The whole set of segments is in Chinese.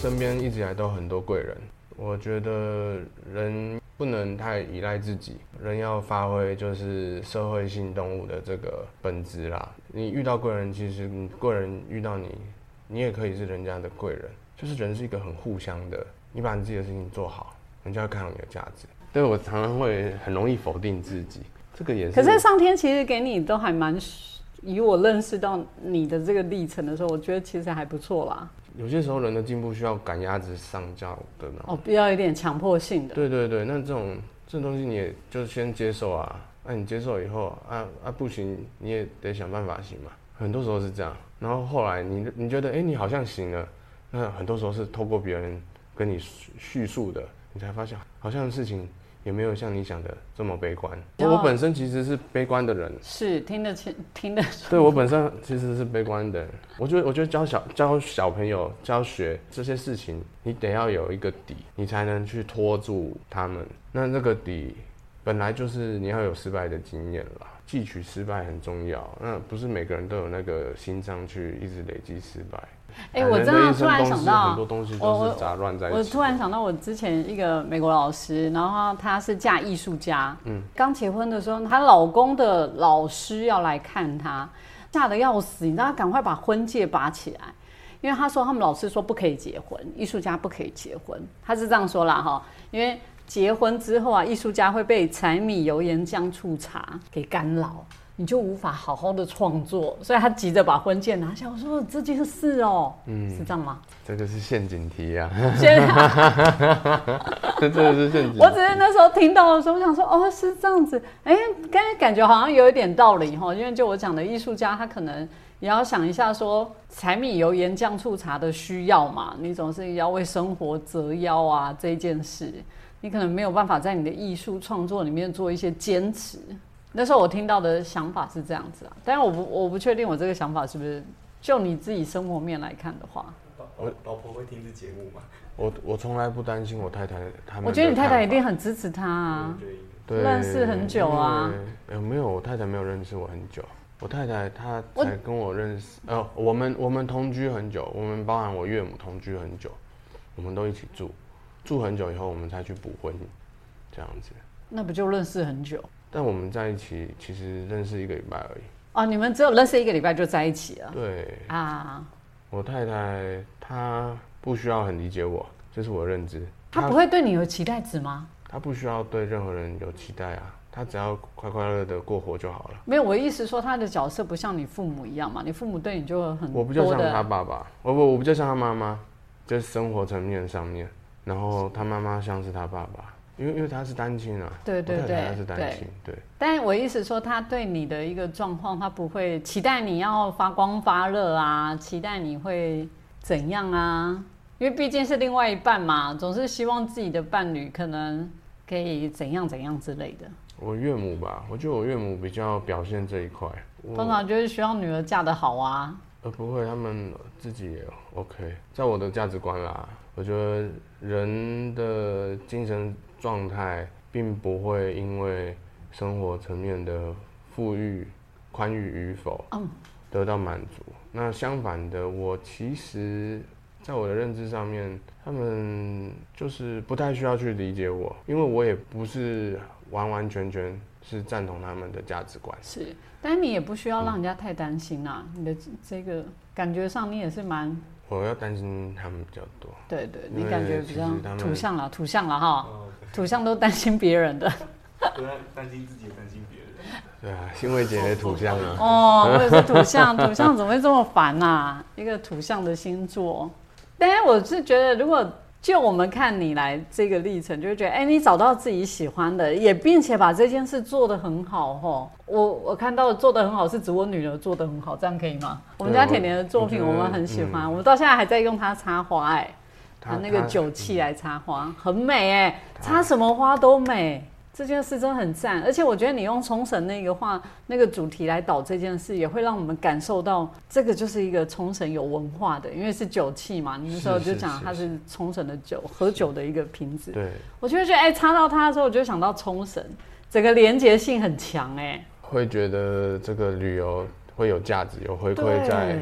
身边一直以来都有很多贵人，我觉得人不能太依赖自己，人要发挥就是社会性动物的这个本质啦。你遇到贵人，其实你贵人遇到你，你也可以是人家的贵人，就是人是一个很互相的。你把你自己的事情做好，人家会看到你的价值。对我常常会很容易否定自己，这个也是。可是上天其实给你都还蛮，以我认识到你的这个历程的时候，我觉得其实还不错啦。有些时候人的进步需要赶鸭子上架的呢。哦，比较有点强迫性的。对对对，那这种这种东西你也就先接受啊，那、你接受以后啊啊不行，你也得想办法行嘛。很多时候是这样，然后后来你你觉得哎、诶你好像行了，那很多时候是透过别人跟你叙叙述的，你才发现好像事情也没有像你想的这么悲观。哦我本身其实是悲观的人，啊是听得清，听得出对我本身其实是悲观的人，我觉得我觉得教小教小朋友教学这些事情，你得要有一个底，你才能去拖住他们。那这个底本来就是你要有失败的经验啦，汲取失败很重要。那不是每个人都有那个心脏去一直累积失败。哎、哎我人真的一的生突然都想是到，很多东西我都我是杂乱在一起的。我突然想到，我之前一个美国老师，然后他是嫁艺术家，嗯，刚结婚的时候，她老公的老师要来看她，吓得要死，你知道，她赶快把婚戒拔起来，因为他说他们老师说不可以结婚，艺术家不可以结婚，他是这样说啦哈，因为结婚之后啊，艺术家会被柴米油盐酱醋茶给干扰。你就无法好好的创作，所以他急着把婚戒拿下。我说这件事哦、嗯，是这 样吗？这个是陷阱题啊，现在这 真的是陷阱题。我只是那时候听到的时候，我想说，哦，是这样子，哎、刚才感觉好像有一点道理哈，因为就我讲的，艺术家他可能也要想一下说，柴米油盐酱醋茶的需要嘛，你总是要为生活折腰啊这一件事，你可能没有办法在你的艺术创作里面做一些坚持。那时候我听到的想法是这样子啊，但是我不我不确定我这个想法是不是就你自己生活面来看的话，老老老婆会听这节目吗？我我从来不担心我太太他们的看法。我觉得你太太一定很支持他啊。对，应对，该认识很久啊对。呃，没有，我太太没有认识我很久。我太太她我才跟我认识，呃，我们我们同居很久，我们包含我岳母同居很久，我们都一起住，住很久以后我们才去补婚，这样子。那不就认识很久但我们在一起其实认识一个礼拜而已。哦？你们只有认识一个礼拜就在一起了对啊？我太太，她不需要很理解我，这是我的认知。他不会对你有期待值吗？她不需要对任何人有期待啊，她只要快快乐乐的过活就好了。没有，我意思说他的角色不像你父母一样嘛，你父母对你就有很我比较多像他的爸爸，我不，我比较像他妈妈，就是生活层面上面，然后他妈妈像是他爸爸，因为因为他是单亲啊，对对我太太她对是单亲，对，但我意思说，他对你的一个状况，他不会期待你要发光发热啊，期待你会怎样啊？因为毕竟是另外一半嘛，总是希望自己的伴侣可能可以怎样怎样之类的。我岳母吧，我觉得我岳母比较表现这一块，我通常就是希望女儿嫁得好啊，呃不会，他们自己也 OK，在我的价值观啦，我觉得人的精神状态并不会因为生活层面的富裕、宽裕与否，嗯得到满足。那相反的，我其实在我的认知上面，他们就是不太需要去理解我，因为我也不是完完全全是赞同他们的价值观。是，但你也不需嗯要让人家太担心啦、你的这这个感觉上，你也是蛮我要担心他们比较多。对对，因你为感觉比较其实他们土象啦，土象啦哈，哦，土象都担心别人的不要担心自己，担心别人。对啊，欣慰姐也土象啊。哦，我也是土 象，土象怎么会这么烦呐、一个土象的星座，但是我是觉得如果。就我们看你来这个历程，就会觉得，哎、你找到自己喜欢的，也并且把这件事做得很好吼。我我看到做得很好是指我女儿做得很好，这样可以吗？我们对家我甜甜的作品我我觉得们很喜欢，嗯我们到现在还在用它插花、哎，拿那个他酒器来插花，很美哎、插什么花都美，这件事真的很赞。而且我觉得你用冲绳那个画那个主题来导这件事，也会让我们感受到这个就是一个冲绳有文化的，因为是酒器嘛。你那时候是是就讲是它是冲绳的酒，喝酒的一个瓶子。对，我就会觉得哎、插到它的时候，我就想到冲绳，整个连结性很强哎、会觉得这个旅游会有价值，有回对，馈在。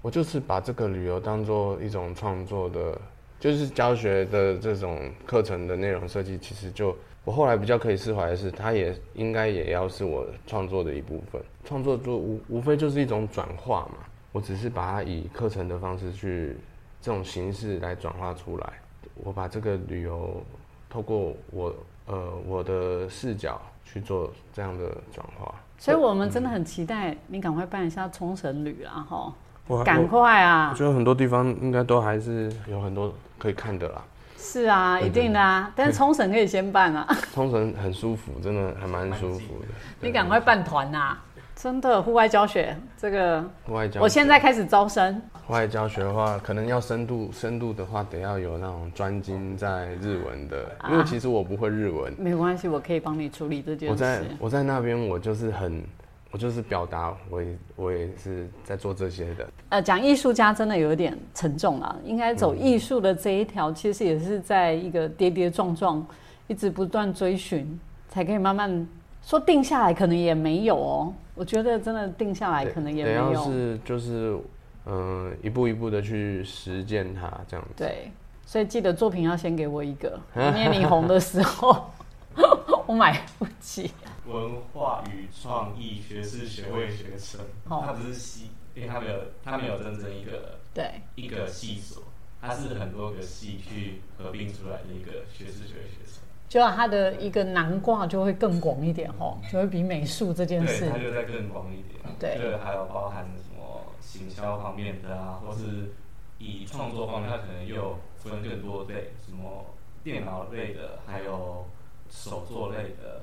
我就是把这个旅游当做一种创作的就是教学的这种课程的内容设计，其实就我后来比较可以释怀的是，它也应该也要是我创作的一部分。创作就无无非就是一种转化嘛，我只是把它以课程的方式去这种形式来转化出来。我把这个旅游透过我呃我的视角去做这样的转化。所以我嗯们真的很期待你赶快办一下冲绳旅啦，哈，我还赶我快我啊！觉得很多地方应该都还是有很多可以看的啦。是啊，一定的啊，但是冲绳可以先办啊，冲绳很舒服，真的还蛮舒服的。你赶快办团呐！真的，户外教学这个，户外教学，我现在开始招生。户外教学的话，可能要深度，深度的话得要有那种专精在日文的，因为其实我不会日文，没关系，我可以帮你处理这件我在事。我在那边我就是很，我就是表达，我也我也是在做这些的。呃，讲艺术家真的有一点沉重了，应该走艺术的这一条，其实也是在一个跌跌撞撞，一直不断追寻，才可以慢慢说定下来，可能也没有哦。我觉得真的定下来，对哎可能也得没要有。是就是嗯、一步一步的去实践它这样。对，所以记得作品要先给我一个，明年你红的时候 我买不起。文化与创意学士学位学生，哦他不是系，因为他没有他没有真正一个对，一个系所，他是很多个系去合并出来的一个学士学位学生。就要它的一个南挂就会更广一点哦，就会比美术这件事对，他就再更广一点。对这个还有包含什么行销方面的啊，或是以创作方面，他可能又分更多类，什么电脑类的，还有手作类的，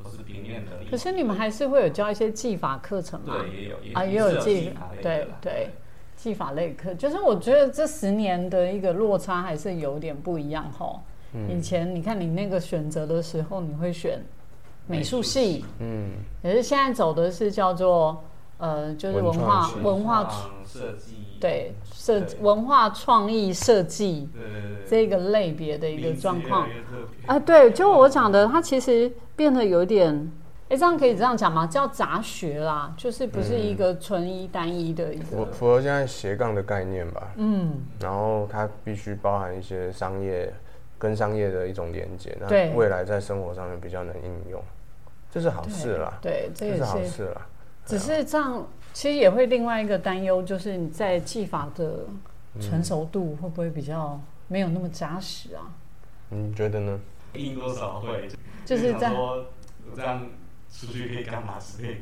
或是平面的。可是你们还是会有教一些技法课程嘛？对也有啊，也也有是有技技法类的对啦对技法类课，就是我觉得这十年的一个落差还是有点不一样哦吼。嗯嗯以前你看你那个选择的时候，你会选美术系，嗯，可是现在走的是叫做呃，就是文文化创文化设计，对设对文化创意设计对对对对，这个类别的一个名字状越来况。越特别啊，对，就我讲的，它其实变得有点，哎，这样可以这样讲吗？叫杂学啦，就是不是一个纯一单一的一我个，符合现在斜杠的概念吧，嗯，然后它必须包含一些商业跟商业的一种连接，那对未来在生活上面比较能应用，这是好对事啦，对，这这也是好是，事啊啦。只是这样，其实也会另外一个担忧，就是你在技法的成熟度会不会比较没有那么扎实啊？你觉得呢？硬多少会，就是想在，说这样出去可以干嘛之类的，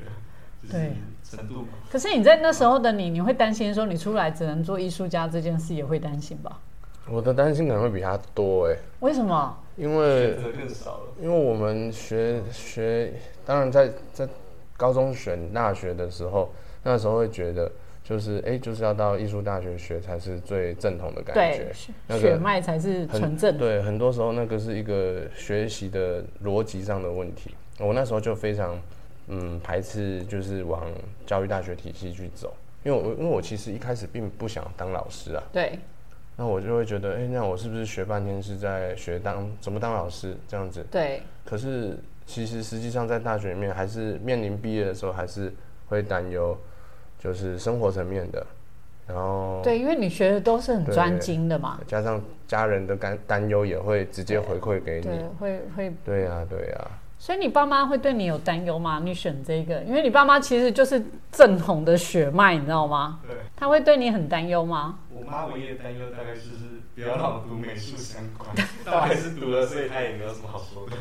就是对程度嘛。可是你在那时候的你，你会担心说你出来只能做艺术家这件事，也会担心吧？我的担心可能会比他多哎、为什么？因为选择更少了，因为我们学学，当然在在高中选大学的时候，那时候会觉得就是哎、诶就是要到艺术大学学才是最正统的感对觉，，血那个血脉才是很纯正的。对，很多时候那个是一个学习的逻辑上的问题。我那时候就非常嗯排斥，就是往教育大学体系去走，因为我因为我其实一开始并不想当老师啊，对，那我就会觉得，哎、那我是不是学半天是在学当怎么当老师这样子？对，可是其实实际上在大学里面，还是面临毕业的时候，还是会担忧，就是生活层面的，然后对，因为你学的都是很专精的嘛，加上家人的担担忧也会直接回馈给对你。，会会，对呀、对呀、所以你爸妈会对你有担忧吗？你选这个，因为你爸妈其实就是正统的血脉，你知道吗？对。他会对你很担忧吗？我妈唯一的担忧大概就是不要让我读美术相关，但我还是读了，所以她也没有什么好说 的。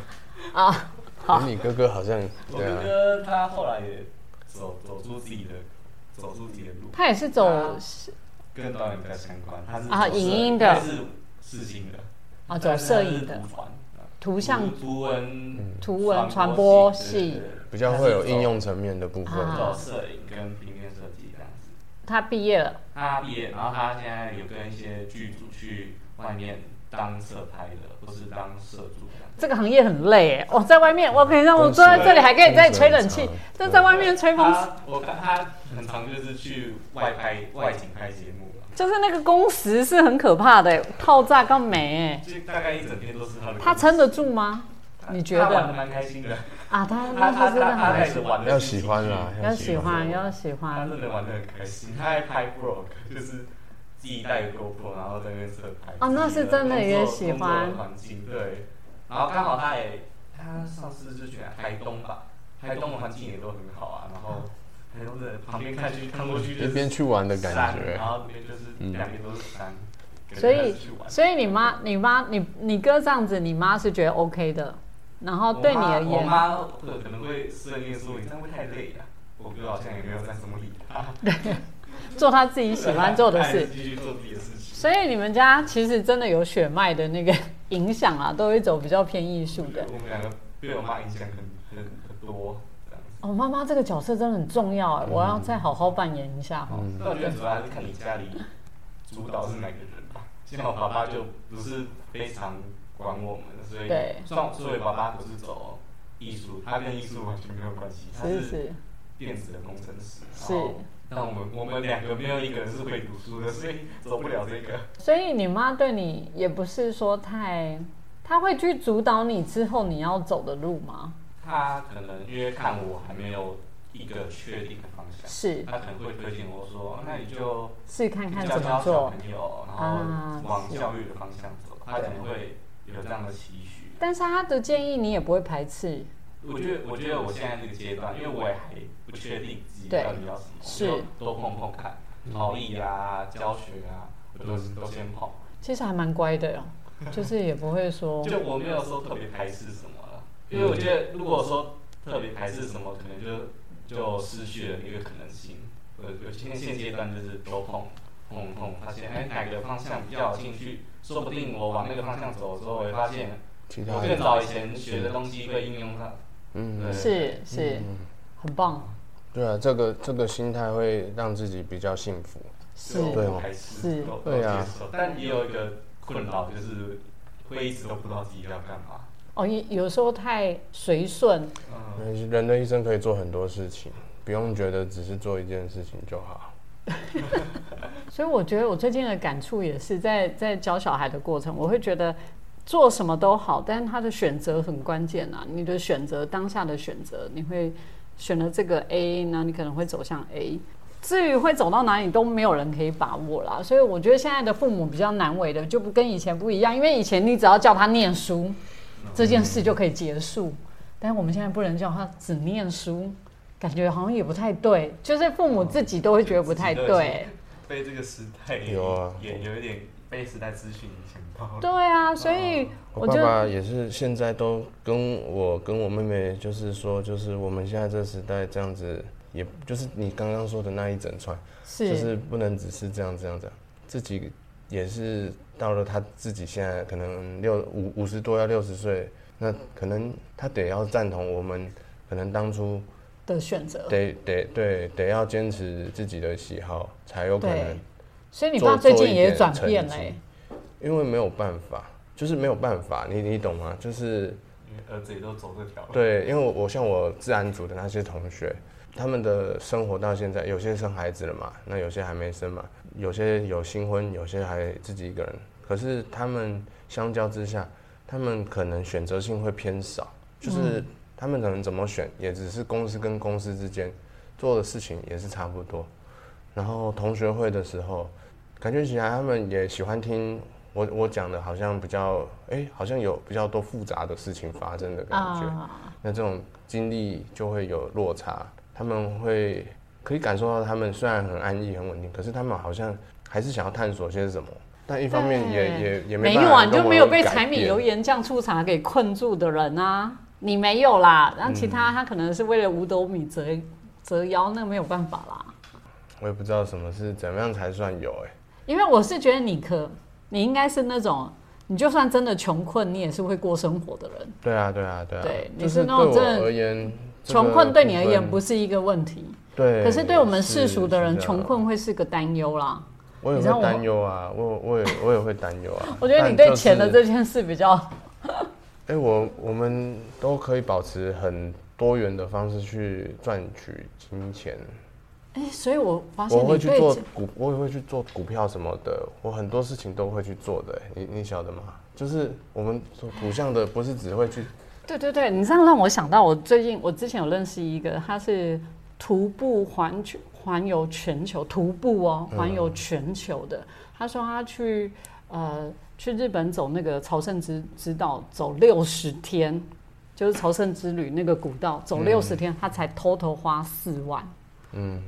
啊，好你哥哥好像我对哥啊，哥他后来也走走出自己的走出自己的路，他也是走啊跟导演比较相关，他是啊走摄影音的他是事情的，啊，走但是摄他是影的图传图像图图文图文传播嗯播系对，对对嗯比较会有应用层面的部分。他是啊走摄影跟平面设计这样子。他毕业了，他毕业，然后他现在有跟一些剧组去外面当社拍的，或是当社助这样子。这个行业很累哎，我在外面，我可以让我公司坐在这里还可以再公司吹很冷气长，但对在外面吹风，他我看他很常就是去外拍外景拍节目嘛，就是那个工时是很可怕的哎，套炸干没哎，就大概一整天都是他的。他撑得住吗？你觉他玩的得蛮开心的，啊？他他那他他他真的他很开始玩的要喜欢啦，啊要喜欢，要要喜他欢。真的玩的很开心，他还拍 vlog，就是自己带个 GoPro，然后在那边自拍。哦那是真的也喜欢工作的环境，对。然后刚好他也，他上次是选台东吧，台东的环境也都很好啊。然后台东的旁边看去看过去一就是边去玩的感山觉啊然。后这边就是两边都是山，感觉所还以是去玩所以你妈、你妈、你你哥这样子，你妈是觉得 OK 的，然后哦对你而我言，妈我妈会可能会碎念说你这样会太累了。我哥好像也没有在什么理他，做她自己喜欢做的他还 是事。继续做自己的事情。所以你们家其实真的有血脉的那个 影响啊，都会走比较偏艺术的。我们两个被我妈影响很很很多，这样子。哦，妈妈这个角色真的很重要哎，我要再好好扮演一下哦。但我觉得主要还是看你家里主导是哪个人吧。像我爸爸就不是非常管我们，所以对像所以我爸爸不是走艺术，他跟艺术完全没有关系，他是是是电子的工程师。是然，后那我们我们两个没有一个人是会读书的，所以走不了这个。所以你妈对你也不是说太，她会去主导你之后你要走的路吗？他可能因为看我还没有一个确定的方向，是，他可能会推荐我说，哦那你就试看看教怎教么小做。朋友，然啊后往是教育的方向走，他可能会有这样的期许。但是她的建议你也不会排斥，我觉得，我觉得我现在这个阶段，因为我也还不确定自己到底要什么，是我就多碰碰看，陶艺啊、教学啊，我都嗯都先碰。其实还蛮乖的哦，就是也不会说就我没有说特别排斥什么了，因为我觉得如果说特别排斥什么，可能就就失去了一个可能性。我我现在现阶段就是多碰碰碰，发现哎哪个方向比较有兴趣，说不定我往那个方向走的时候，我会发现其他我更早以前学的东西会应用上。嗯，对是是，很棒，对啊，这个这个心态会让自己比较幸福。是对，对我哦还是是都对啊，都接受但也有一个困扰，就是会一直都不知道自己要干嘛。哦，有有时候太随顺，嗯，人的一生可以做很多事情，不用觉得只是做一件事情就好。所以我觉得我最近的感触也是在在教小孩的过程，我会觉得做什么都好，但是他的选择很关键啊，你的选择当下的选择，你会选了这个 A，那你可能会走向 A。至于会走到哪里都没有人可以把握啦，所以我觉得现在的父母比较难为的就不跟以前不一样，因为以前你只要叫他念书，这件事就可以结束，但是我们现在不能叫他只念书，感觉好像也不太对，就是父母自己都会觉得不太自己都已经对。被这个时代有啊也有一点被时代资讯影响到。对啊，所以我我爸就爸也是现在都跟我跟我妹妹，就是说，就是我们现在这时代这样子，也就是你刚刚说的那一整串，就是是不能只是这样这样这样，自己也是到了他自己现在可能六五五十多要六十岁，那可能他得要赞同我们，可能当初的选择。得得对得要坚持自己的喜好，才有可能对，所以你做爸最做近一也点转成变欸绩嘞、因为没有办法，就是没有办法，你你懂吗？就是因为儿子也都走这条路。对，因为我我像我自然组的那些同学，他们的生活到现在，有些生孩子了嘛，那有些还没生嘛，有些有新婚，有些还自己一个人。可是他们相较之下，他们可能选择性会偏少，就是他们可能怎么选，也只是公司跟公司之间做的事情也是差不多。然后同学会的时候，感觉起来他们也喜欢听我我讲的，好像比较哎，好像有比较多复杂的事情发生的感觉。啊，那这种经历就会有落差，他们会可以感受到他们虽然很安逸、很稳定，可是他们好像还是想要探索些什么，但一方面也对也也没办有法啊，你跟就我没有被改柴米变油盐酱醋茶给困住的人啊，你没有啦。然后其嗯他他可能是为了五斗米折折腰，那没有办法啦。我也不知道什么是怎么样才算有哎、因为我是觉得你可，你应该是那种，你就算真的穷困，你也是会过生活的人。对啊，对啊，对啊，对你就是是那种对真我的而言，这穷个困对部你而言分不是一个问题，对，可是对我们是世俗的人，是这样穷困会是个担忧啦。我也你知道会我。担忧啊，我我也我也会担忧啊我觉得你但对就钱的是这件事比较哎、我我们都可以保持很多元的方式去赚取金钱。哎、所以我发现我你会去做对股，我也会去做股票什么的，我很多事情都会去做的、你你晓得吗？就是我们做图像的，不是只会去对对对，你这样让我想到，我最近我之前有认识一个，他是徒步环球环游全球，徒步哦，环游嗯全球的。他说他去呃去日本走那个朝圣之之道，走六十天，就是朝圣之旅那个古道，走六十天，他才偷偷花四万。嗯，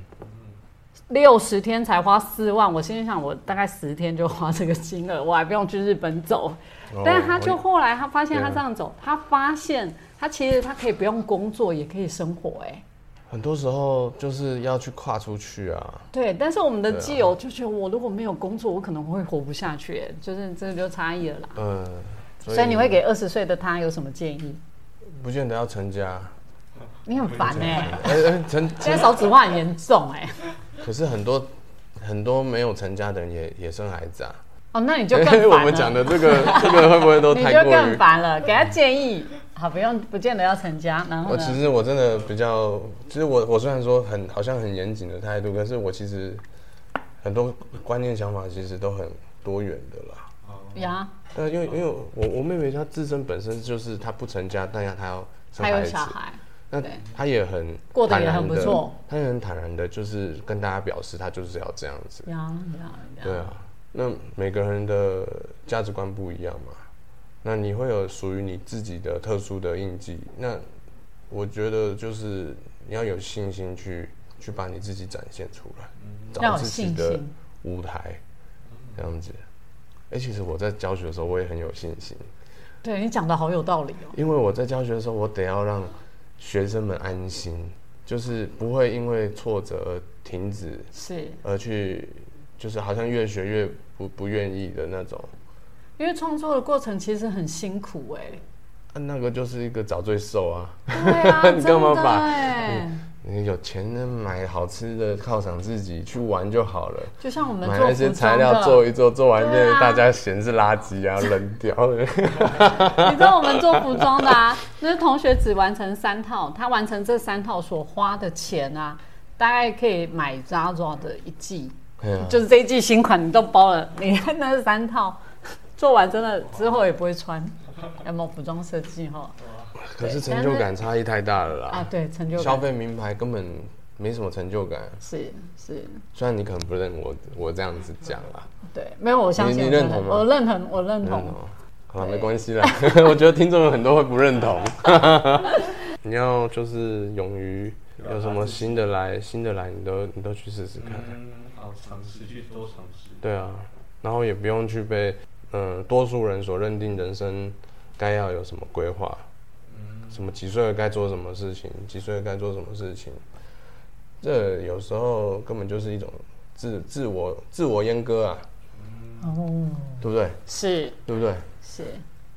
六十天才花四万，我心里想，我大概十天就花这个金额，我还不用去日本走。哦但是他就我后来他发现他对啊这样走，他发现他其实他可以不用工作也可以生活、哎，很多时候就是要去跨出去啊，对。但是我们的对啊基友就觉得，我如果没有工作，我可能会活不下去、哎，就是这就差异了啦。嗯，所以你会给二十岁的他有什么建议？不见得要成家，你很烦哎、哎哎成， 现在少子化很严重哎、可是很多很多没有成家的人也也生孩子啊，哦，那你就更烦 了。我们讲的这个这个会不会都你太就过更于？烦了，给他建议，好，不用，不见得要成家，然后我其呢？实我真的比较，其实我我虽然说很好像很严谨的态度，可是我其实很多观念想法其实都很多元的啦。呀，但哦因为因为我我妹妹她自身本身就是她不成家，但她要生还孩有子小，孩，那对她也很过得坦也然很不地错，她也很坦然的，就是跟大家表示她就是要这样子。呀呀呀，对啊，那每个人的价值观不一样嘛，那你会有属于你自己的特殊的印记。那我觉得就是你要有信心去去把你自己展现出来，嗯找要有自己信的心，舞台，这样子。哎、其实我在教学的时候，我也很有信心，对你讲的好有道理哦，因为我在教学的时候，我得要让学生们安心，就是不会因为挫折而停止是而呃去，就是好像越学越不不愿意的那种。因为创作的过程其实很辛苦哎，啊，那个就是一个找罪受啊！对 啊，你干嘛真的把哎？你有钱能买好吃的犒赏自己，去玩就好了。就像我们买做那服些装材料的做一做，做完变对成啊大家嫌是垃圾啊，扔掉。 你知道我们做服装的啊， 就是同学只完成三套，他完成这三套所花的钱啊，大概可以买 Zara 的一季， 哎呀就是这一季新款你都包了，你看那三套做完真的之后也不会穿，有没有服装设计哈？可是成就感差异太大了啊啦，，对，成就消感费名牌根本没什么成就感。啊是是，虽然你可能不认我，我这样子讲啦，对，没有我相信你我你认同吗我认同，我认不认同同。。嗯好了，对没关系啦。 我觉得听众有很多会不认同。 你要就是勇于有什么新的嗯来，新的来，你都你都去试试看。嗯，好，尝试去多尝试。对啊，然后也不用去被嗯多数人所认定人生该要有什么规划，嗯，什么几岁了该做什么事情，几岁了该做什么事情，这有时候根本就是一种自自我自我阉割啊，哦，对不对？是对不对？是。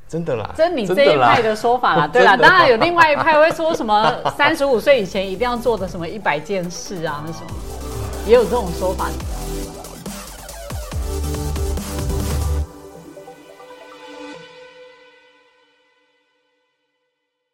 真的啦，这是你真这的一啦派的 说法啦，对啦，真的当然有另外一派会说什么三十五岁以前一定要做的什么一百件事啊，那什么，也有这种说法。